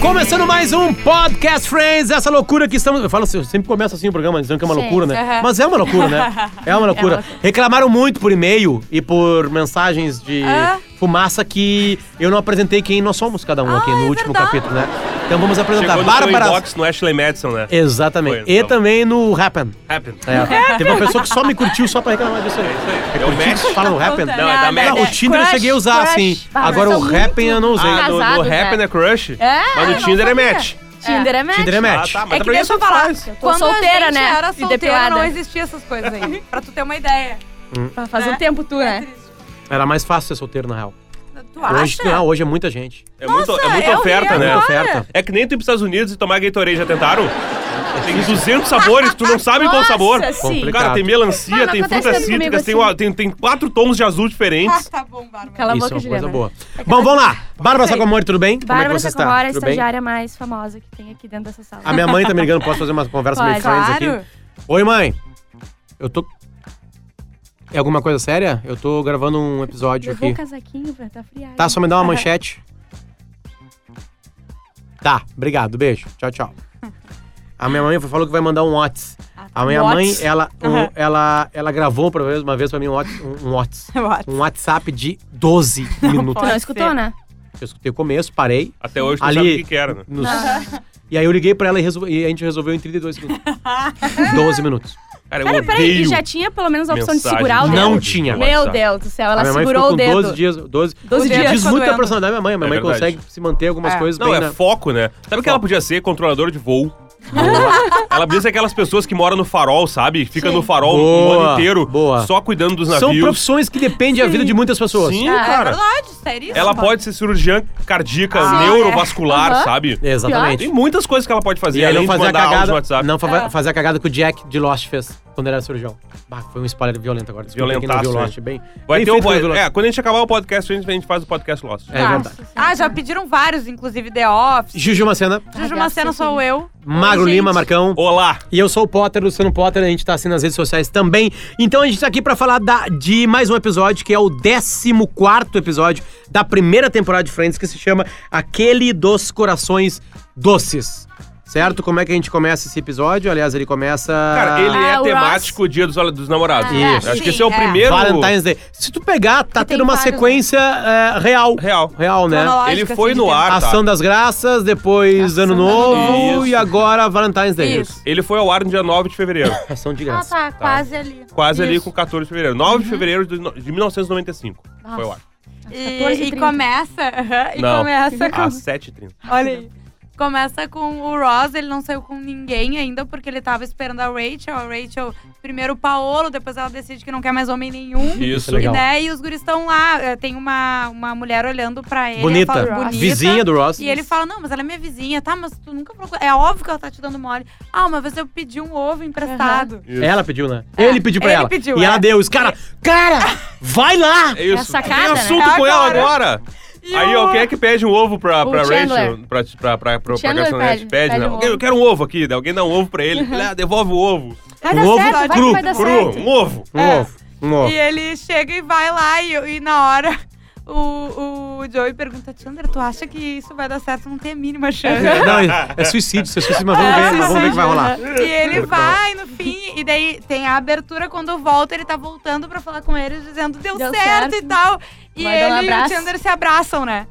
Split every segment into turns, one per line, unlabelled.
Começando mais um Podcast Friends, essa loucura que estamos. Eu falo, assim, eu sempre começo assim o programa, dizendo que é uma
Sim,
loucura, né?
aham.
Mas é uma loucura, né? É uma loucura.
loucura.
Reclamaram muito por e-mail e por mensagens de
Ah.
fumaça que eu não apresentei quem nós somos, cada um aqui, no
é
último
verdade.
capítulo, né? Então vamos apresentar
Chegou no seu
Bárbara.
inbox no Ashley Madison, né?
Exatamente.
Foi,
e
então.
também no Rappen.
Happen.
É. Teve uma pessoa que só me curtiu só pra reclamar disso aí.
É o
Curtiu?
match.
Fala no Rappen.
Não, é da Mad.
Não, o Tinder eu cheguei a usar, assim. Agora o Rappen eu não usei.
Ah, no, no
Casados, né?
Happen é crush, mas
eu
no
não
Tinder é
sabia.
match.
Tinder é match.
Tinder é match.
Ah,
É
tá, mas
que
pra mim
deixa eu
isso
falar.
faz.
Eu tô
Quando
solteira,
a gente
né?
era
E
solteira,
depilada.
não existia essas coisas aí. pra tu ter uma ideia.
Faz um tempo tu, né?
Era mais fácil ser solteiro, na real.
Tu acha?
Hoje não, hoje é muita gente.
É, muito, é muita
eu
oferta,
ia
né?
Muita
Olha.
oferta.
É que nem tu ir pros Estados Unidos e tomar Gatorade, já tentaram? Tem 200 sabores, tu não sabe qual
Nossa,
sabor.
sim.
Complicado.
Cara, tem melancia,
Mano,
tem
acontece
frutas
tanto
cítricas,
comigo
tem,
assim.
o- tem, tem quatro tons de azul diferentes.
Tá bom, Bárbara.
Cala a
Isso é
boca,
uma coisa
Juliana. tá
boa. Bom, vamos lá. Bárbara Sacomori, tudo bem? Como é
Bárbara
que você está?
Sacomora, a
tudo bem?
estagiária mais famosa que tem aqui dentro dessa sala.
A minha mãe tá me ligando, posso fazer uma conversa meio
Pode.
friends aqui? Oi, mãe. Eu tô... É alguma coisa séria? Eu tô gravando um episódio
Levou
aqui.
o casaquinho pra tá friar.
Tá, só me dá uma manchete. Tá, obrigado, beijo. Tchau, tchau. A minha mãe falou que vai mandar um Whats. A minha
Ah, Whats?
mãe, ela, um- ela, ela gravou pra vez- uma vez pra mim um Whats, um, um Whats.
É
What?
Um WhatsApp de 12 minutos.
Tu não
Pode
escutou,
ser.
né?
Eu escutei o começo, parei.
Até hoje tu não
Ali-
sabe o que que era, né?
nos- E aí eu liguei pra ela e, resol- e a gente resolveu em 32 minutos. 12 minutos.
Cara, eu
Pera, peraí, e
odeio.
já tinha pelo menos a opção de
mensagem.
segurar o dedo?
Não tinha.
Meu Deus do céu,
a
ela
minha mãe
segurou
ficou
o
com 12
dedo.
dias. 12,
12 dias
Diz
ficou
muito a
doendo.
personalidade da minha mãe. A Minha
É
mãe
verdade.
consegue se manter algumas
É.
coisas
Não,
bem
é
na...
foco, né? Sabe o que ela podia ser? Controladora de voo. ela podia ser aquelas pessoas que moram no farol, sabe? Fica no farol o
Boa,
ano inteiro,
boa.
só cuidando dos
São
navios.
profissões que dependem da vida de muitas pessoas.
Sim,
Ah, é
É
cara.
verdade, sério isso?
Ela pode ser cirurgiã cardíaca,
Ah,
neurovascular,
é. Aham.
sabe? Tem
Exatamente.
muitas coisas que ela pode fazer,
E aí
além
não
de
fazer a
mandar áudio no
cagada.
WhatsApp.
Não fa- fazer a cagada que o Jack de Lost fez quando ele era cirurgião. Bah, foi um spoiler violento agora. Desculpa quem não viu
Violentaço, é.
Lost. Bem,
Vai
bem
ter
feito quem
o...
não viu
vai-
Lost.
É, quando a gente acabar o podcast, a gente a gente faz o podcast Lost.
É verdade.
Ah, já pediram vários, inclusive The Office.
Juju Macena,
Juju Macena sou eu.
Magro
Oi,
Lima,
gente.
Marcão.
Olá!
E eu sou o Potter, Luciano Potter, a gente tá assim nas redes sociais também. Então a gente tá aqui pra falar da- de mais um episódio, que é o 14 episódio da primeira temporada de Friends, que se chama Aquele dos Corações Doces. Certo? Como é que a gente começa esse episódio? Aliás, ele começa.
Cara, ele
Ah,
é
o
temático Dia dos, dos Namorados.
Ah,
Acho que
sim,
esse é o
é.
primeiro
Valentine's Day. Se tu pegar, tá
Que tem
tendo uma
vários,
sequência é, real.
real.
Real, né?
Cronológica,
Ele
assim,
foi
de
no
tempo.
ar, tá?
Ação das Graças, depois Ano
do
Novo
Novo.
e agora Valentine's Day.
Isso.
Ele foi ao ar no dia 9 de fevereiro.
Ação de
Ah,
graças.
tá, quase ali.
Quase ali
Isso.
com 14 de fevereiro. 9 de fevereiro de, no- de 1995. Foi o ar.
E,
14 e
e
30.
começa. aham, e
Não.
começa com.
Às 7h30.
Olha aí. Começa com o Ross, ele não saiu com ninguém ainda, porque ele tava esperando a Rachel. A Rachel, primeiro o Paolo, depois ela decide que não quer mais homem nenhum.
Isso.
legal.
E, né, e os guris estão lá, eh, tem uma, uma mulher olhando pra ele.
Bonita.
ela fala, bonita.
Vizinha do Ross.
E ele fala, não, mas ela é minha vizinha, tá? Mas tu nunca procurou. É óbvio que ela tá te dando mole. Ah, uma vez eu pedi um ovo emprestado.
Isso.
Ela pediu, né? Ele pediu pra
É. ele
ela.
pediu,
e ela
é.
deu. Os cara, cara, vai lá!
É isso.
É a sacada,
Tem
né?
assunto
É
com ela
agora.
agora. Aí, ó, quem é que pede um ovo pra,
O
pra Rachel?
Chandler.
Pra, pra, pra, pra, pra
Chandler pede,
garçonete? Pede,
pede
né?
um
Alguém-
ovo.
Eu quero um ovo aqui. né? Alguém dá um ovo pra ele. Ele, ah, devolve o ovo.
Vai
Um
dar
ovo
certo, vai
cru,
que vai dar
Cru,
certo.
um ovo.
Um
É.
ovo, um ovo.
E ele chega e vai lá, e, e na hora o, o Joey pergunta: Chandra, tu acha que isso vai dar certo? Não tem a mínima chance.
Não, é suicídio, isso é suicídio, mas vamos ver, mas vamos ver o que vai rolar.
E ele vai no fim, e daí tem a abertura quando volta, ele tá voltando pra falar com eles, dizendo deu,
Deu
certo,
certo.
e tal. E
Vai dar um
ele e o
abraço.
Chandler se abraçam, né?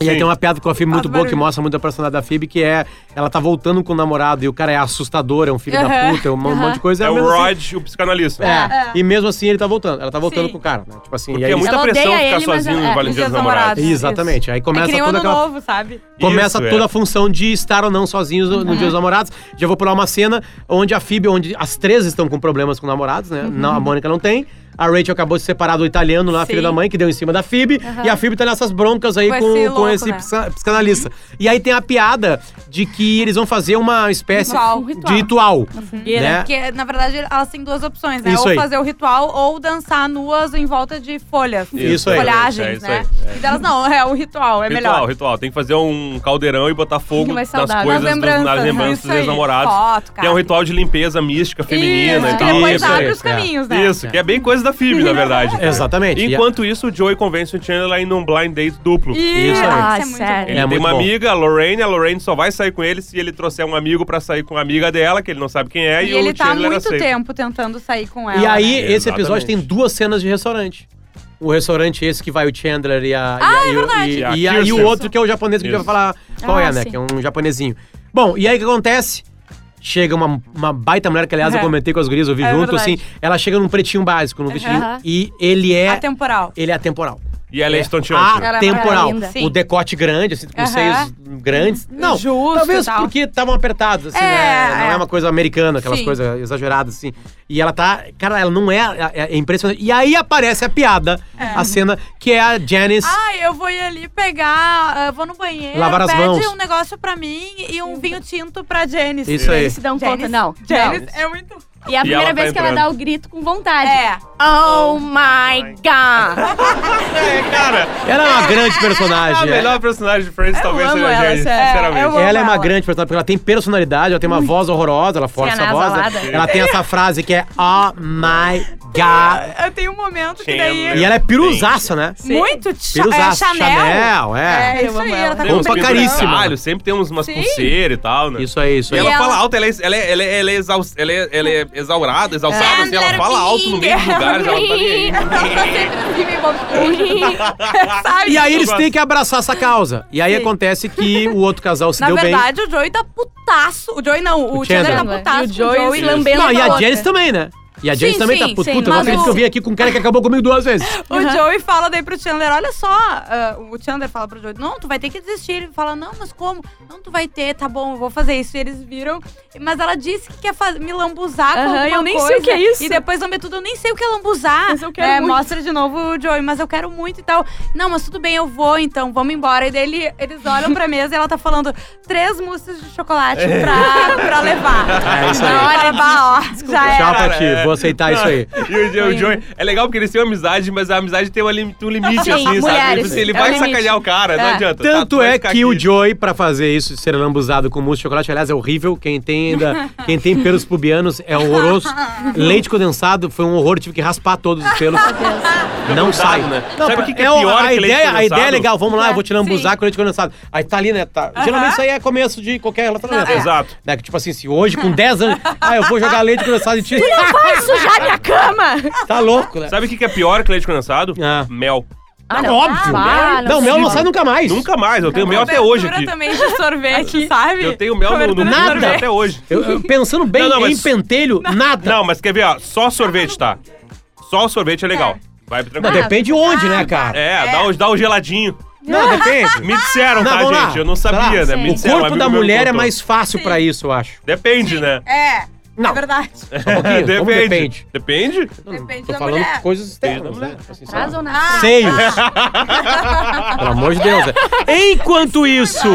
E aí
Sim.
tem uma piada com a Phoebe muito
Faz
boa que
barulho.
mostra muito a personalidade da Phoebe, que é ela tá voltando com o namorado e o cara é assustador, é um filho da
Aham.
puta, é um monte de coisa.
É o
mesmo assim-
Rod, o psicanalista.
É. E mesmo assim ele tá voltando. Ela tá voltando
Sim.
com o cara, né? Tipo assim,
Porque
e aí
é muita
Ela odeia
pressão ficar
ele, mas
sozinho
ela-
no
é,
Valentino dos
nos dias
Namorados.
Exatamente. Aí
É
começa
que nem o
toda
ano
aquela
novo, sabe?
Começa
Isso, é.
toda a função de estar ou não sozinhos no
Uhum.
no Dia dos Namorados. Já vou pular uma cena onde a Phoebe, onde as três estão com problemas com namorados,
Uhum.
né? Não, a Mônica não tem. A Rachel acabou de se separar do italiano lá,
Sim. Uhum.
filho da mãe, que deu em cima da Phoebe. E a Phoebe tá nessas broncas aí
Com
com,
esse
esse, com
louco,
esse
né?
psica- psicanalista. E aí tem a piada de que eles vão fazer uma espécie
Ritual. Uhum.
de ritual.
é
Né?
Porque, é na verdade, elas têm duas opções, né?
Isso
ou
aí.
fazer o ritual ou dançar nuas em volta de folhas.
Isso aí.
É
Folhagens,
isso
né?
aí, é.
E delas não, é o ritual, é
Ritual,
melhor.
ritual. Tem que fazer um caldeirão e botar fogo
Mais
nas
saudável.
coisas,
Nas
dos- nas
lembranças,
lembranças dos
isso aí.
namorados.
Foto,
Que é um
cara.
ritual de limpeza mística feminina
Isso,
e
que
tal.
depois
Isso,
abre
é.
os caminhos, né?
Isso, que é bem coisa da da Phoebe, na verdade.
Exatamente.
Enquanto isso, o Joey convence o Chandler a ir num blind date duplo.
Isso aí.
Ah,
Isso é muito
sério.
Ele
É
tem
muito
uma
bom.
amiga, a Lorraine, a Lorraine só vai sair com ele se ele trouxer um amigo pra sair com a amiga dela, que ele não sabe quem é, e,
E ele
o
tá há
Chandler
muito
aceita.
tempo tentando sair com ela.
E aí,
né?
esse episódio
Exatamente.
tem duas cenas de restaurante. O restaurante esse que vai o Chandler e a...
é
Ah, e, a, e,
E
e, a-
a
e o
Kirsten.
outro que é o japonês que a gente
Isso.
vai falar qual
Ah,
é, né?
sim.
Que é um japonesinho. Bom, e aí o que acontece? Chega uma, uma baita mulher, que aliás eu
É.
comentei com as gurias, eu vi
É
junto,
verdade.
assim. Ela chega num pretinho básico, num vestidinho.
Aham.
E ele é...
Atemporal.
Ele é atemporal.
E ela é estonteante.
Ela
Ah,
é
temporal.
maravilhosa.
O
Sim.
decote grande, assim, com
Aham.
seios grandes. Não,
Justo
talvez
e tal.
porque estavam apertados, assim,
É,
né? Não é.
é.
uma coisa americana, aquelas
Sim.
coisas exageradas, assim. E ela tá... Cara, ela não é... É, é impressionante. E aí aparece a piada, a cena, que é a Janice...
Ah, eu vou ir ali pegar, ah, vou no banheiro,
Lavar as
pede
mãos.
um negócio pra mim e um vinho tinto pra Janice.
Isso aí.
Eles se dão
Janice,
conta,
um
não.
Janice é muito...
não. E é a
E
primeira
ela tá
vez que ela
entrando.
dá o grito com vontade.
É.
Oh my God!
Cara,
Ela é uma grande
a
personagem.
melhor personagem de Friends
Eu
talvez
amo
seja a
ela,
Janice,
sério.
sinceramente.
Eu amo.
Ela é uma
ela.
grande personagem, porque ela tem personalidade, ela tem uma voz horrorosa, ela força a voz. né?
anasalada.
Ela tem essa frase que é Oh my God.
Eu tenho um momento que
E
daí...
Chandler.
ela é piruzaça, né?
Muito cha é,
Piruzaça.
Chanel.
Chanel, é.
É,
eu
isso
amo
aí,
ela.
ela tá
Tem
com
uns
Roupa
bem
caríssima.
penduralho, sempre tem uns- umas
Sim.
pulseiras e tal, né?
Isso aí, isso
E
aí.
ela,
E ela-
fala alto, ela é, ela é, ela é, ela é, exaus- ela é- ela é exaurada, exaltada, assim, ela
Chandler
fala alto no meio do
Bing.
lugar, já não tá nem aí.
Sabe?
E aí eles
Eu
têm que abraçar essa causa. E aí
Sim.
acontece que o outro casal se
Na
deu bem.
verdade, o Joey tá putaço. O Joey não, o,
O
Chandler.
Chandler.
tá putaço.
E o Joey se lambendo
Não, e
da
a
outra.
Janice também, né? E a Janice
Sim,
também
sim,
tá puta.
sim,
eu não
mas
acredito
o-
que eu vim aqui com um cara que acabou comigo duas vezes.
O Joey fala daí pro Chandler, olha só, ah, o Chandler fala pro Joey, não, tu vai ter que desistir. Ele fala, não, mas como? Não, tu vai ter, tá bom, eu vou fazer isso. E eles viram, mas ela disse que quer faz- me lambuzar com
Aham,
alguma
eu nem
coisa.
sei o que é isso.
E depois lambe tudo, eu nem sei o que é lambuzar.
Mas eu quero
É,
muito.
Mostra de novo o Joey, mas eu quero muito e tal. Não, mas tudo bem, eu vou, então, vamos embora. E daí ele- eles olham pra mesa e ela tá falando três mousses de chocolate
É.
pra, pra levar.
É isso aí.
Na hora, bah, ó, já
Tchau
era.
Ah, pra
Cara,
ti,
é.
vou aceitar isso aí.
E o, Jo- o Joey, é legal porque eles têm uma amizade, mas a amizade tem uma lim- um limite,
Sim,
assim, sabe?
mulheres.
Tipo assim, Ele
É
vai
o limite.
sacanear o cara, não
É.
adianta. tá? Tu
Tanto
vai
é que
ficar
o
aqui.
Joey, pra fazer isso, de ser lambuzado com mousse de chocolate, aliás, é horrível. Quem tem ainda, quem tem pelos pubianos é horroroso. Leite condensado foi um horror, tive que raspar todos os pelos. Não sai.
né?
Não,
Sabe o que que é
o-
pior
a
que leite
ideia, A ideia é
condensado?
legal, vamos lá, eu vou te lambuzar
Sim.
com leite condensado. Aí tá ali, né? tá- Geralmente isso aí é começo de qualquer relacionamento.
Não, é.
Exato.
Né, que tipo assim, se hoje com 10 anos, ah, eu vou jogar leite condensado em ti.
Vai sujar minha cama!
tá louco, né?
Sabe o que que é pior que leite condensado?
Ah.
Mel.
Ah,
Óbvio.
Ah,
não, mel não sai nunca mais.
Nunca mais, eu tenho mel até hoje
Cobertura
aqui.
também de sorvete, sabe?
Eu tenho mel no, no
Nada.
sorvete até hoje.
Eu- eu- pensando bem
Não, não,
em
mas-
pentelho, nada.
Não, mas quer ver, ó, só sorvete, tá? Só o sorvete é legal. Vai
Não,
tranquilo.
depende onde, né, cara?
É, Dá, o, dá o geladinho.
Não, depende.
Me disseram,
Não,
tá,
vamos lá.
gente? Eu não
Sei
sabia,
lá.
né? Me
O
disseram, um
corpo
amigo
da
meu me
mulher é
contou.
mais fácil pra isso, eu acho.
Depende, né?
É,
Não,
é verdade.
só um pouquinho. Como
Depende.
depende.
Depende?
Não,
Depende
Tô
da
falando
mulher.
coisas externas,
Depende da
né? Assim, sei lá.
Atrás ou na frente?
Seios. Pelo amor de Deus. né? Enquanto isso,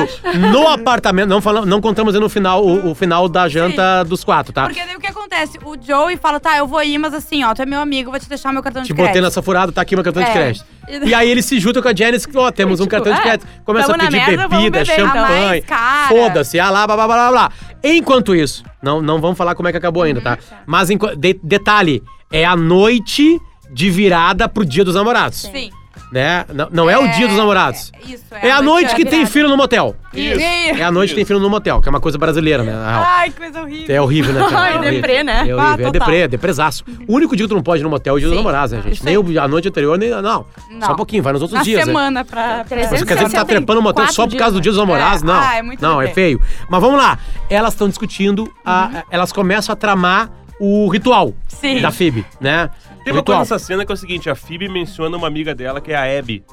no apartamento. Não, falamos, não contamos aí no final o, o final da janta dos quatro, tá?
Porque daí o que acontece? O Joey fala, tá, eu vou ir, mas assim, ó, tu é meu amigo, vou te deixar meu cartão
Te
de
botei
crédito.
nessa furada, tá aqui meu cartão de
É.
crédito. E aí ele se junta com a Janice, ó, temos um
Tipo,
cartão de
é,
crédito. Começa a
tamo na
pedir
merda, vamos
bebida,
beber, então. A
champanhe.
mais cara.
Foda-se, ah lá, blá, blá, blá, blá, blá. Enquanto isso, não, não vamos falar como é que acabou ainda, tá? Mas enqu- de- detalhe, é a noite de virada pro dia dos namorados.
Sim.
Né? Não, não é o dia dos namorados.
Isso,
É, a noite que tem
filho.
filho no motel.
Isso.
É a noite que tem filho no motel, que é uma coisa brasileira, né? na real.
Ai, que coisa horrível.
É horrível, né? cara?
Ai,
É horrível.
deprê, né?
É horrível,
Ah,
é
total.
deprê, é depresaço. O único dia que tu não pode ir no motel é o dia dos namorados, né, gente?
Isso
Nem
aí.
o- a noite anterior, nem. Não. Só um pouquinho, vai nos outros
Na
dias. né?
semana pra... pra...
Mas quer dizer que tá
360
trepando no motel só por
dias,
causa do
né?
dia dos namorados?
É,
Não.
ah, é muito
Não, é
deprê. Uhum.
feio. Mas vamos lá. Elas estão discutindo, a- elas começam a tramar o ritual
Sim.
da FIB, né?
Tem
o
uma
ritual.
coisa nessa cena que é o seguinte, a Phoebe menciona uma amiga dela, que é a Abby,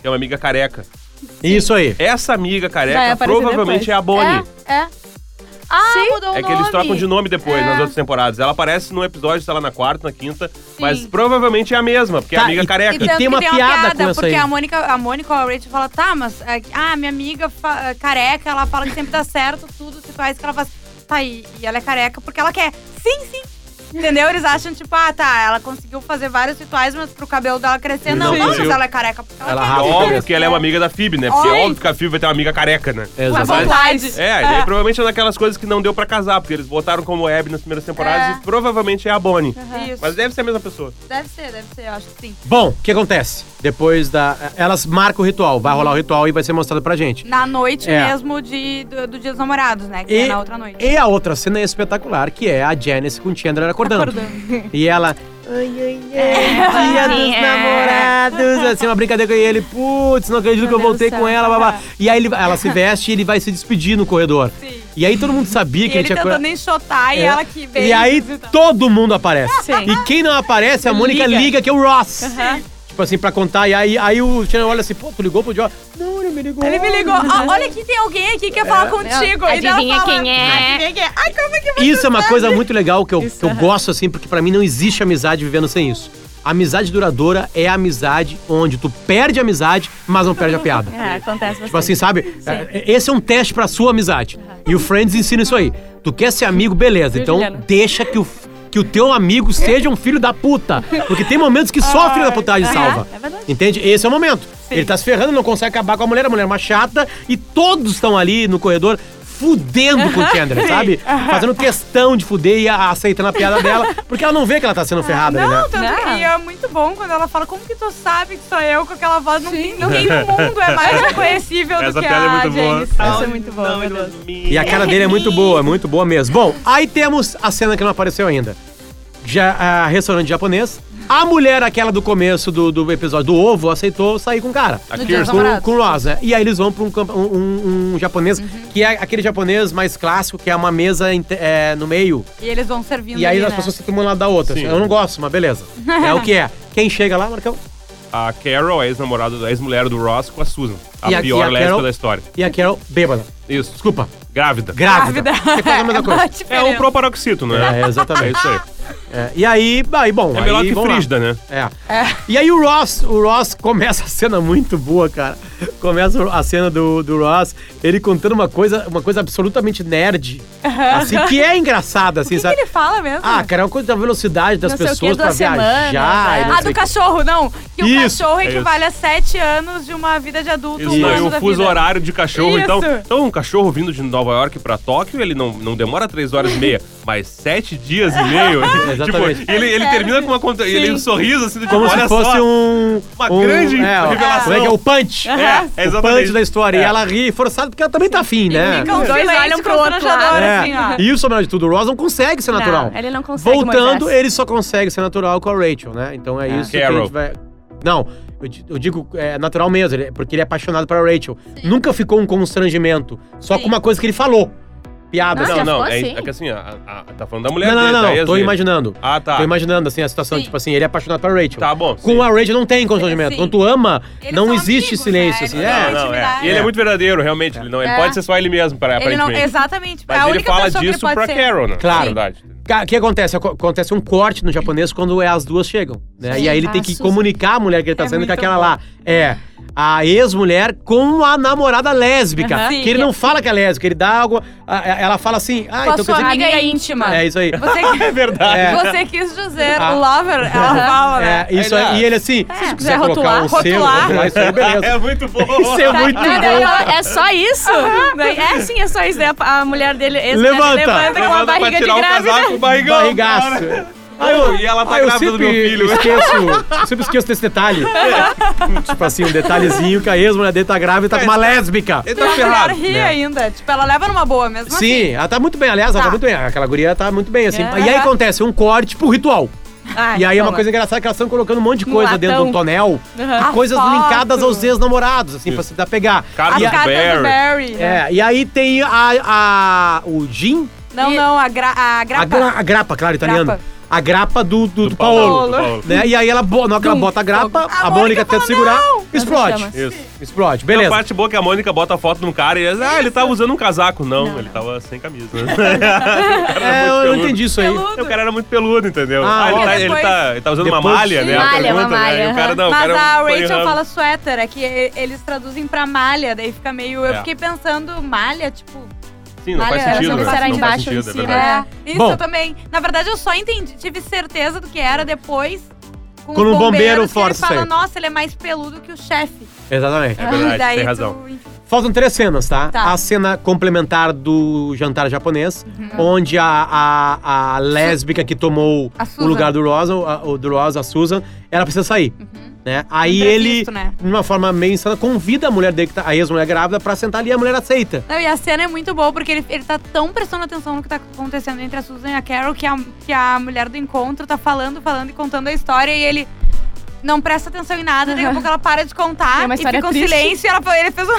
que é uma amiga careca.
assim.
Isso aí.
Essa amiga
Vai
careca
aparecer
provavelmente
depois.
é a Bonnie.
É, é. Ah,
Sim.
mudou o
É,
nome.
que eles trocam de nome depois, nas outras temporadas. Ela aparece num episódio, sei lá, na quarta, na quinta, mas provavelmente é a mesma, porque é
Tá,
a amiga
e-
careca.
E tem uma piada com essa
porque
aí.
a Mônica, a Mônica ou a Rachel fala, tá, mas é, que- ah, minha amiga fa- é, careca, ela fala que sempre dá certo, tudo, se faz que ela faz. Tá, e, e ela é careca porque ela quer. Sim, sim. Entendeu? Eles acham, tipo, ah, tá, ela conseguiu fazer vários rituais, mas pro cabelo dela crescer, não.
Não
Não, mas
conseguiu.
ela é careca porque ela,
Ela
quer.
É
Ah,
óbvio que ela é uma amiga da Phoebe, né? Porque
Oi.
é óbvio que a Phoebe vai ter uma amiga careca, né?
Uma
Exatamente.
vontade.
É, e daí provavelmente é uma daquelas coisas que não deu pra casar, porque eles votaram como Abby nas primeiras temporadas
É. Uhum.
e provavelmente é a Bonnie.
Isso.
Mas deve ser a mesma pessoa.
Deve ser, deve ser, eu acho que sim.
Bom, o que acontece? Depois da. Elas marcam o ritual, vai rolar o ritual e vai ser mostrado pra gente.
Na noite
É.
mesmo de, do, do Dia dos Namorados, né? Que é na outra noite.
e a outra cena é espetacular, que é a Janice com o Chandler acordando. E ela. Dia dos
é.
namorados. Assim, uma brincadeira com ele. Putz, não acredito que eu
Meu Deus
voltei
do
com
céu.
ela, babá. E aí ele, ela se veste e ele vai se despedir no corredor.
Sim.
E aí todo mundo sabia
E
que a
ele
gente ia.
tentando enxotar e
É.
ela que
E aí
tá?
todo mundo aparece.
Sim.
E quem não aparece, a Mônica liga,
Liga.
que é o Ross. Tipo assim, pra contar. E aí, aí o Chandler olha assim, pô, tu ligou pro Joss? Não, ele me ligou.
Ele me ligou, ó, olha aqui, tem alguém aqui que quer
É.
falar contigo. E daí
É, Adivinha
ela fala,
quem é?
Adivinha quem é? Ai, como é que vai?
Isso é uma coisa muito legal que eu, que eu gosto, assim, porque pra mim não existe amizade vivendo sem isso. A amizade duradoura é a amizade onde tu perde a amizade, mas não perde a piada.
É, acontece
Tipo assim, sabe? É, Esse é um teste pra sua amizade. E o Friends ensina isso aí. Tu quer ser amigo, beleza. Então
Juliana?
deixa que o, que o teu amigo seja um filho da puta. Porque tem momentos que só filho da putagem salva.
é verdade.
Entende? Esse é o momento. Ele tá se ferrando, não consegue acabar com a mulher, a mulher é uma chata e todos estão ali no corredor fudendo com o Kendra, sabe? Fazendo questão de fuder e a- aceitando a piada dela, porque ela não vê que ela tá sendo ferrada ali, né?
Não, tanto que
Não.
e é muito bom quando ela fala, como que tu sabe que sou eu com aquela voz? Ninguém, ninguém no mundo é mais reconhecível do
Essa
que
piada é
a
muito boa.
Jane Stallion.
Isso é muito bom, meu Deus.
E a cara dele é muito boa, é muito boa mesmo. Bom, aí temos a cena que não apareceu ainda. Já, a restaurante japonês. A mulher, aquela do começo do, do episódio do ovo, aceitou sair com o cara.
A
No Dia
Kirsten.
dos
Com,
Namorados.
com o Ross, né? E aí eles vão pra um, camp- um- um- um japonês,
Uhum.
que é aquele japonês mais clássico, que é uma mesa inte- é, no meio.
E eles vão servindo
E aí
ali,
as
né?
pessoas se tomam um lado da outra.
Sim.
Eu não gosto, mas beleza. É o que é. Quem chega lá, Marcão?
A Carol, a ex-namorada, a ex-mulher do Ross com a Susan. A
E a- e a
pior lésbica
Carol?
da história.
E a Carol, bêbada.
Isso.
Desculpa,
Grávida.
grávida. É quase a mesma coisa.
É o proparoxito, né?
É, exatamente.
É isso aí.
É, e aí, aí, bom.
É melhor
aí,
que
vamos lá.
frígida, né?
É. E aí o Ross, o Ross começa a cena muito boa, cara. Começa a cena do, do Ross, ele contando uma coisa, uma coisa absolutamente nerd. Assim, que é engraçada, assim,
O que, que
sabe?
ele fala mesmo?
Ah, cara, é uma coisa da velocidade das
Não sei o quê,
pessoas pra
duas
viajar.
semanas,
e
é.
não sei
Ah, do
o quê.
cachorro, não. Que o
Isso,
cachorro
é
equivale a sete anos de uma vida de adulto.
Isso,
um
não, e
ano
o
da
fuso
vida.
horário de cachorro,
Isso.
então. Então, um cachorro vindo de Nova York pra Tóquio, ele não, não demora três horas e meia, mas sete dias e meio.
Exatamente.
tipo, ele, ele termina com uma conta. Ele um sorriso assim, do tipo,
Como
olha
se fosse
só.
um.
uma
um-
grande
é,
revelação.
Como é que é? O punch.
É, é
o
exatamente.
punch da história. E
É.
ela ri forçado porque ela também tá afim, né?
Fica um
Os dois
silêncio
olham pro outro lado.
constrangedor,
É.
assim, ó.
E o melhor de tudo, o Ross não consegue ser natural.
ele não consegue,
Voltando,
Moisés.
ele só consegue ser natural com a Rachel, né? Então é isso que a
Carol.
gente vai. Não, eu di- eu digo é, natural mesmo, ele- porque ele é apaixonado pela Rachel. Nunca ficou um constrangimento, só com uma coisa que ele falou. Piada.
Nossa,
assim.
Não,
já
não,
ficou
é,
assim?
é que assim, a- a- a- tá falando da mulher
Não, não,
dele,
não,
da
não,
ex
tô
dele.
imaginando.
Ah, tá.
Tô imaginando, assim, a situação,
Sim.
tipo assim, ele é apaixonado pela Rachel.
Tá bom.
Com
sim.
a Rachel não tem constrangimento.
Sim.
Quando tu ama,
Eles
não
são
existe
amigos,
silêncio,
né?
assim.
Eles
É.
têm
Não, não, é.
intimidade.
E ele é
É.
muito verdadeiro, realmente. Ele, não, ele
É.
pode ser só ele mesmo, para,
Ele não,
aparentemente.
exatamente. é a
Mas ele
única
fala
pessoa que ele
disso
pode
pra
ser.
Carol, né?
Claro.
Na verdade.
Ca- O que acontece? Aco- Acontece um corte no japonês quando é as duas chegam, né?
Sim.
E aí ele
Ah,
tem que
Suzy.
comunicar a mulher que ele tá
É
saindo com
muito
aquela
bom.
lá. É. A ex-mulher com a namorada lésbica.
Aham.
Que ele não fala que é lésbica, ele dá água. Ela fala assim. Ah,
Com a
então quer
sua
dizer.
amiga
Amiga
íntima.
É isso aí.
Você,
É verdade.
É.
você quis dizer
Ah.
lover, ela fala, né?
É, isso aí. E ele assim, se você quiser
quiser
colocar
rotular,
o seu,
É. rotular.
rotular isso aí, beleza.
É muito bom.
Isso é muito
Não,
bom.
não, não, é só isso? É sim, é só isso. Daí A, a mulher dele ex-
Levanta.
levanta com uma
Levanta pra
barriga de
tirar o
grávida.
casaco, o barrigão.
Barrigaço.
cara.
Aí eu-
E ela tá
aí eu
grávida do meu
sempre
filho.
Esqueço, eu sempre esqueço desse detalhe. tipo assim, um detalhezinho que a ex-mulher dele tá grávida e tá com uma lésbica.
Ele
E
tá
a mulher
ferrado.
ri
né?
ainda. Tipo, ela leva numa boa mesmo. assim.
Sim, ela tá muito bem, aliás, ela tá
Tá.
muito bem. Aquela guria tá muito bem, assim.
É.
E aí acontece um corte pro ritual.
Ah,
e aí é uma
toma.
coisa engraçada que elas estão colocando um monte de coisa
latão.
dentro de um tonel.
Aham.
E coisas
A foto.
linkadas aos ex-namorados, assim, pra se dar pegar.
Cartas
e,
As
a-
cartas
Barry.
do Barry. né?
é, e aí tem a, a- o Jim,
Não, não, a, gra a
a,
grapa.
gra- a grapa, claro, italiano.
Grapa.
A grapa do, do, do
Paulo,
Paolo.
do Paulo.
Né? E aí ela, bo- na hora que ela bota a grapa, a, Mônica
A Mônica
tenta
fala,
segurar,
não!
explode.
Ela
Isso.
Explode,
Tem A
beleza.
parte boa é que a Mônica bota a foto de um cara e diz, ah, ele tava usando um casaco. Não, ele tava sem camisa.
É, eu não entendi isso aí.
O cara era muito peludo, entendeu?
Ah,
Ah, ele,
ó.
tá, ele, tá, ele tá usando uma
Depois-
malha, né?
Malha,
a pergunta,
uma
né? E
malha,
o cara não, o
Mas
cara
a
foi
Rachel
errando.
fala suéter, é que e- eles traduzem pra malha, daí fica meio. Eu
É.
fiquei pensando, malha, tipo.
Sim, não
Olha,
faz
era
sentido,
sobre
né?
se era
Não faz
embaixo ou em
sentido, é
cima.
verdade.
É, isso
Bom.
eu também. Na verdade, eu só entendi, tive certeza do que era depois. Com
Quando
os
o bombeiro
bombeiros, que
força
Ele fala,
isso aí.
nossa, ele é mais peludo que o chefe.
Exatamente.
É verdade,
E daí
tem
tu-
razão.
Faltam três cenas, tá?
Tá. Uhum.
A cena complementar do jantar japonês, onde a, a, a lésbica que tomou
A
o
Susan.
lugar do Rosa, a- o do Rosa, a Susan, ela precisa sair. Né? Aí ele,
Uhum. Um Imprevisto, né?
de uma forma meio insana, convida a mulher dele, que tá, a ex-mulher grávida, pra sentar ali e a mulher aceita.
Não, e a cena é muito boa, porque ele, ele tá tão prestando atenção no que tá acontecendo entre a Susan e a Carol que a, que a mulher do encontro tá falando, falando e contando a história e ele não presta atenção em nada. Daqui a
Aham.
pouco ela para de contar
É uma
e
história
fica um
triste.
silêncio e ela, fa- ele fez um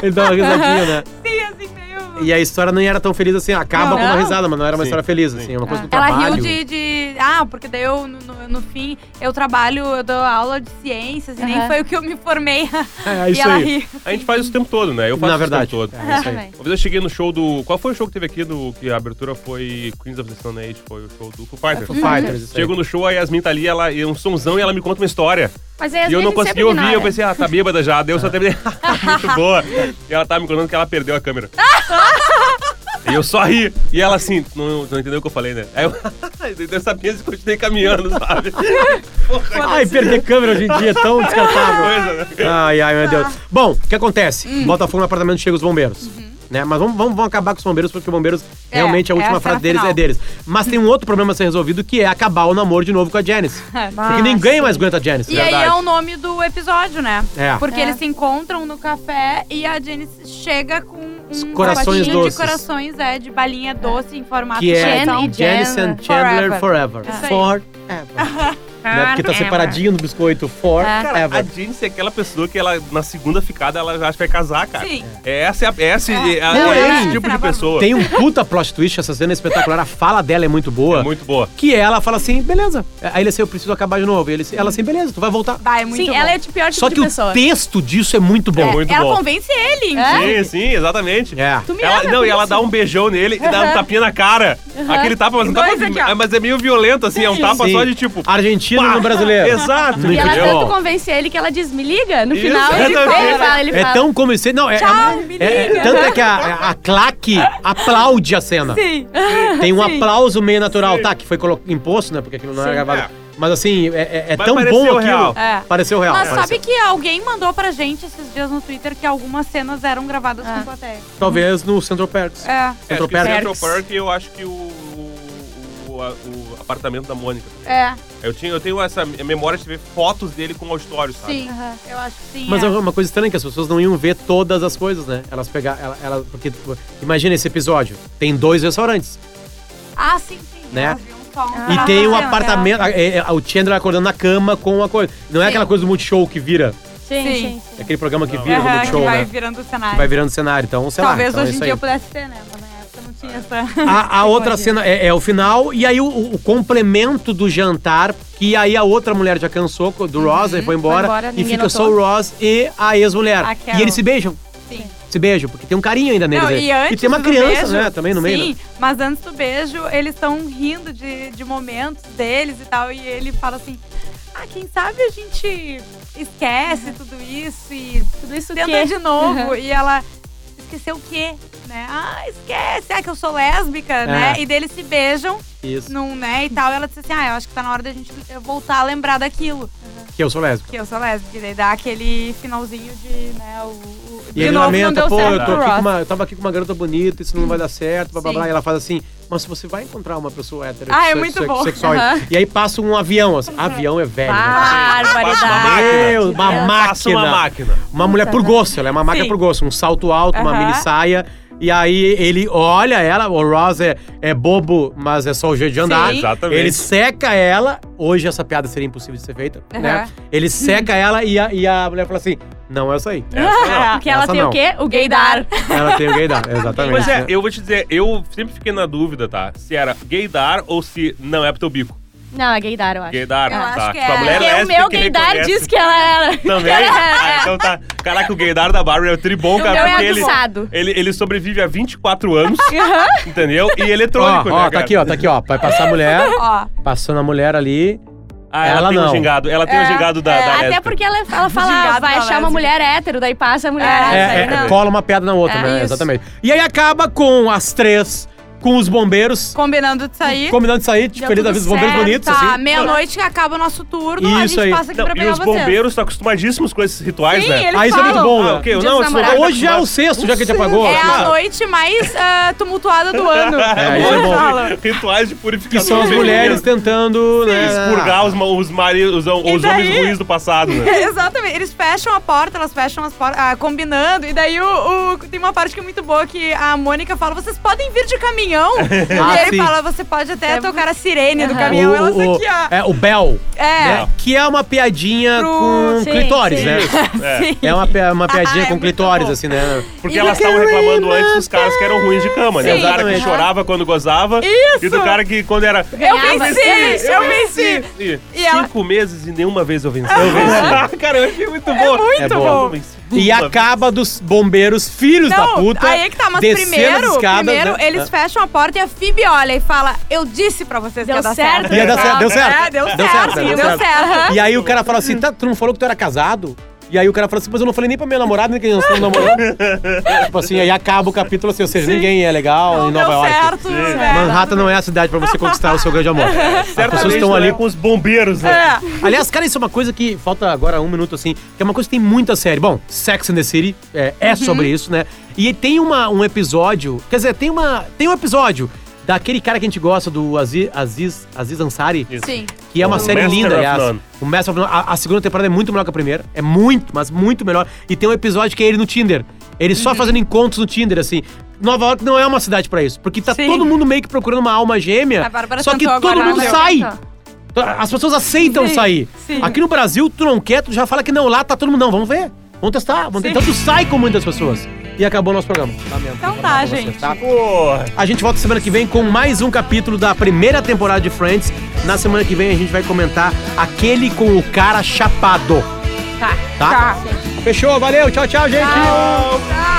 Ele dá uma risadinha, né?
assim, assim, meio.
E a história nem era tão feliz assim, acaba
Não.
com uma risada, mas não era uma
Sim,
história feliz,
sim.
assim, é uma coisa
Ah.
do
Ela
trabalho.
riu de, de- Ah, porque daí eu, no, no- no fim, eu trabalho, eu dou aula de ciências e nem
Aham.
foi o que eu me formei.
É, é
e
isso
ela
aí.
ri.
A gente faz isso o tempo todo, né? Eu faço
Na
isso
verdade.
o tempo todo.
Tá
É isso aí.
Também.
Uma vez eu cheguei no show do. Qual foi o show que teve aqui do. Que a abertura foi Queens of the Stone Age? Foi o show do Foo Fighters.
É, Foo Fighters, isso aí.
Chego no show, a Yasmin tá ali, ela é um sonzão e ela me conta uma história.
Mas aí, às
e eu
é
vezes,
não
sempre
consegui ouvir,
ignora.
eu pensei, ah, tá bêbada já. Daí eu só terminei. Tá Muito boa. E ela tava me contando que ela perdeu a câmera. E eu só ri. E ela assim, não, não entendeu o que eu falei, né? Aí eu, eu sabia e continuei caminhando, sabe?
Ai, perder câmera hoje em dia é tão descartável.
Coisa, né?
Ai, ai,
Tá.
meu Deus. Bom, o que acontece?
Hum.
Bota fogo no apartamento, chega os bombeiros. Né? Mas vamos, vamos, vamos acabar com os bombeiros, porque os bombeiros,
Uhum. É,
realmente, a
é
última
a
frase
cena
deles
final.
é deles. Mas tem um outro problema a ser resolvido, que é acabar o namoro de novo com a Janice. Porque ninguém mais aguenta a Janice. né?
E
Verdade.
aí é o nome do episódio, né?
É.
Porque
É.
eles se encontram no café e a Janice chega com um
corações
pacotinho
doces.
de corações, é, de balinha doce em formato
Que
de
é
Jen
coração.
e
Janice and Chandler
Forever.
Forever.
Isso aí.
Forever. Né?
Ah,
Porque tá separadinho no
É.
biscoito.
Cara, a
Forever.
Janice é aquela pessoa que ela, na segunda ficada, ela já acha que vai casar, cara.
Sim.
É essa, é a- é essa, é, a-
Não,
é
é
esse
isso.
tipo de pessoa.
Tem um puta plot twist, essa cena é espetacular. A fala dela é muito boa.
É muito boa.
Que ela fala assim, beleza. Aí ele assim, eu preciso acabar de novo. E ele, assim, ela assim, beleza, tu vai voltar.
Vai, é muito
Sim,
bom.
ela é o pior tipo
Só
de
que
pessoa.
o texto disso é muito bom.
É muito
ela
bom.
convence ele,
É?
inclusive.
Sim, sim, exatamente.
É.
Tu me
Ela,
ama
não,
por
e ela
isso.
dá um beijão nele e dá um tapinha na cara. Aquele tapa, mas não
Dois
tapa.
aqui, ó.
é, Mas é meio violento, assim, é um tapa
Sim.
só de tipo.
Argentino
pá,
no brasileiro.
Exato,
Não
E ela é
entendeu?
tanto convence ele que ela diz, me liga. No
Isso,
final, ele
exatamente.
fala, ele fala, ele
É
fala.
tão como isso. Não, é,
Tchau,
é,
me
é-
liga.
Tanto é que a, a claque aplaude a cena.
Sim.
Tem um aplauso meio natural,
Sim.
tá? Que foi colo- imposto, né? Porque aquilo não era
Sim,
gravado.
é.
Mas assim, é- é, é
Mas
tão
pareceu
bom aquilo.
real.
É.
Pareceu real.
Mas
pareceu.
sabe que alguém mandou pra gente esses dias no Twitter que algumas cenas eram gravadas
Ah.
com plateia.
Talvez no Central Perks.
É,
Central
É, acho que o
Perks.
Central Park, eu acho que o, o, o- a- o apartamento da Mônica.
é,
Eu, tinha, eu tenho essa memória de ver fotos dele com auditório, sabe?
sim. Eu acho que sim.
Mas
é.
é uma coisa estranha que as pessoas não iam ver todas as coisas, né? Elas pegar, ela, ela- porque tipo, imagina esse episódio. Tem dois restaurantes
Ah, sim, sim.
Né?
elas viam só um
e
pedaço
tem
da
um
cena, né?
apartamento, é, é, o Chandler acordando na cama com uma coisa. Não é
Sim.
aquela coisa do multishow que vira,
Sim,
Sim.
sim,
é
sim.
aquele programa que
Não.
vira no
Aham, que
multishow,
vai
né?
virando o
Que
cenário.
vai virando cenário, então, sei lá.
Talvez
então é
hoje em
isso
dia
aí.
eu
Ah,
pudesse ter, né? Mas na época não tinha essa.
A, a outra
Olha.
cena é, é o final, e aí o, o complemento do jantar, que aí a outra mulher já cansou co- do Ross,
Uhum,
e foi embora,
embora,
e
ninguém
fica
notou.
só o Ross e a ex-mulher.
A Carol.
E eles se beijam,
Sim.
se beijam, porque tem um carinho ainda neles.
Não,
aí.
e antes
tem uma
do
criança,
beijo,
né, também no meio. né?
Sim, mas antes do beijo, eles estão rindo de, de momentos deles e tal. E ele fala assim: Ah, quem sabe a gente esquece tudo isso e
Tudo isso
tenta
que...
de novo.
Uhum.
E ela esqueceu o quê? Né? Ah, esquece, ah, que eu sou lésbica,
É.
né? E deles se beijam,
Isso,
num, né? E tal. E ela disse assim: Ah, eu acho que tá na hora da gente voltar a lembrar daquilo.
que é eu sou lésbica.
Que eu sou lésbica. E daí dá aquele finalzinho de, né, o. o
E
de
ele
novo,
lamenta,
não deu
pô,
certo
eu, tô
pro
aqui com
Ross."
uma, eu tava aqui com uma garota bonita, isso não vai dar certo, blá blá
Sim.
blá. E ela faz assim, mas você vai encontrar uma pessoa hétero
Ah, é muito bom.
sexual.
Aham.
E aí passa um avião, assim. Avião é velho. né?
Passa uma
Barbaridade.
máquina.
Meu, uma
Passa uma
máquina.
máquina.
Uma mulher por gosto, ela é uma máquina
né? Sim.
por gosto, um salto alto, uma
Aham.
mini saia. E aí ele olha ela, o Ross é, é bobo, mas é só o jeito de andar.
Sim.
Exatamente.
Ele seca ela, hoje essa piada seria impossível de ser feita, né?
Aham.
Ele seca ela e a, e a mulher fala assim: não é isso aí.
Ah,
Porque ela
Essa
tem
não.
o quê? O gaydar.
Ela tem o gaydar, exatamente.
Pois é,
né?
eu vou te dizer, eu sempre fiquei na dúvida, tá? Se era gaydar ou se não é pro teu bico.
Não, é gaydar, eu acho.
Gaydar,
Eu
tá?
acho que
Tipo, a
é.
mulher
Porque o
lésbica
meu
que
gaydar
reconhece.
diz que ela é era...
Também? Ah, então tá. Caraca, o gaydar da Barbie é o tribom,
O meu
cara.
é
porque ele,
aguçado.
ele, ele sobrevive há 24 anos,
Aham.
entendeu? E
Ó,
eletrônico, né,
ó,
cara?
tá aqui, ó, tá aqui, ó. Vai passar a mulher,
Ó,
passando a mulher ali.
Ah, ela,
Ela
tem o
não.
gingado. Ela tem o
É,
gingado da, da
Até
lésbica.
porque ela, ela fala, "Ah,
Gingado
vai
da
achar uma
lésbica.
mulher hétero, daí passa a mulher
É,
hétero.
É,
Ah, aí
é,
não.
cola uma piada na outra,
É,
né?
isso.
Exatamente. E aí acaba com as três, com os bombeiros,
Combinando de sair.
combinando de sair, tipo,
Deu
feliz da
tudo
vida, os bombeiros
certo,
bonitos,
Tá,
assim.
meia-noite acaba o nosso turno, a
Isso
gente
aí.
passa aqui
Não,
pra
e
pegar
os
vocês.
bombeiros estão acostumadíssimos com esses rituais,
Sim,
né?
eles
Ah, isso é muito
falam.
bom, né?
Ah, ok.
Dia
Não,
dos
isso
namorados.
Hoje é o sexto, já que a gente apagou.
É
Ah,
a noite mais ah, tumultuada do ano.
É, isso é bom.
Fala.
Rituais de
Que
purificação.
são as mulheres tentando, né?
Expurgar os, ma- os maridos, os, os
daí?
homens ruins do passado, né?
Exatamente. Eles fecham a porta, elas fecham as portas, ah, combinando. E daí o, o- tem uma parte que é muito boa que a Mônica fala: vocês podem vir de caminhão.
Ah,
e
sim.
ele fala: você pode até
É,
tocar a sirene do
Aham.
caminhão.
O-
elas
o-
aqui, ó.
É, o Bell,
É.
né? Que é uma piadinha
Pro-
com
sim,
clitóris,
sim.
né?
É.
É uma, pi- uma piadinha
Ah, é
com
muito
clitóris,
bom.
assim, né?
Porque elas estavam reclamando antes dos caras que eram ruins de cama, né?
Sim.
O cara que
Exatamente.
chorava quando gozava
Isso.
e do cara que quando era.
Eu
Ganhava.
venci!
é um
Eu venci!
E
E ela-
cinco meses e nenhuma vez eu venci. Eu venci. cara, eu achei muito bom.
muito
é
bom. E acaba dos bombeiros, filhos da puta.
aí é que tá, mas
descendo
primeiro,
as escadas,
primeiro
né?
eles fecham a porta e a Phoebe olha e fala: Eu disse pra vocês
Deu
que ia dar
certo.
certo.
Ah. Ia dar certo, deu certo.
É, deu
Deu
certo. Deu
certo, né?
certo.
deu certo. E aí o cara fala assim, tá, tu não falou que tu era casado? E aí o cara fala assim, mas eu não falei nem pra minha namorada, nem que nós estamos namorando. tipo assim, aí acaba o capítulo assim, ou seja, ninguém é legal
Não
em Nova
deu
York.
certo.
Sim.
né?
Manhattan não é a cidade pra você conquistar o seu grande amor.
É,
As
Certas
pessoas estão ali com...
com os bombeiros, né?
É.
Aliás, cara, isso é uma coisa que falta agora um minuto assim, que é uma coisa que tem muita série. Bom, Sex and the City é, é sobre isso, né? E tem uma, um episódio, quer dizer, tem uma tem um episódio daquele cara que a gente gosta do Aziz Aziz, Aziz Ansari,
Isso.
Sim.
que é uma
O
série
Master
linda,
of
aliás.
None.
O Master of None. A, a segunda temporada é muito melhor que a primeira. É muito, mas muito melhor. E tem um episódio que é ele no Tinder. Ele
Uhum.
só fazendo encontros no Tinder, assim. Nova York não é uma cidade pra isso. Porque tá
Sim.
todo mundo meio que procurando uma alma gêmea.
A Bárbara
Só que
tentou
todo
agora,
mundo
mas
sai. Então,
tentou.
As pessoas aceitam
Sim,
sair.
sim.
Aqui no Brasil, tu não quer, tu já fala que não. Lá tá todo mundo, não, vamos ver. Vamos testar. Vamos ver.
Sim.
Então tu sai com muitas pessoas. E acabou o nosso programa. Tá mesmo.
Então
Vou
tá,
falar pra
gente.
tá?
Porra.
A gente volta semana que vem com mais um capítulo da primeira temporada de Friends. Na semana que vem a gente vai comentar aquele com o cara chapado,
Tá.
tá? Fechou, valeu, tchau, tchau, gente!
Tchau.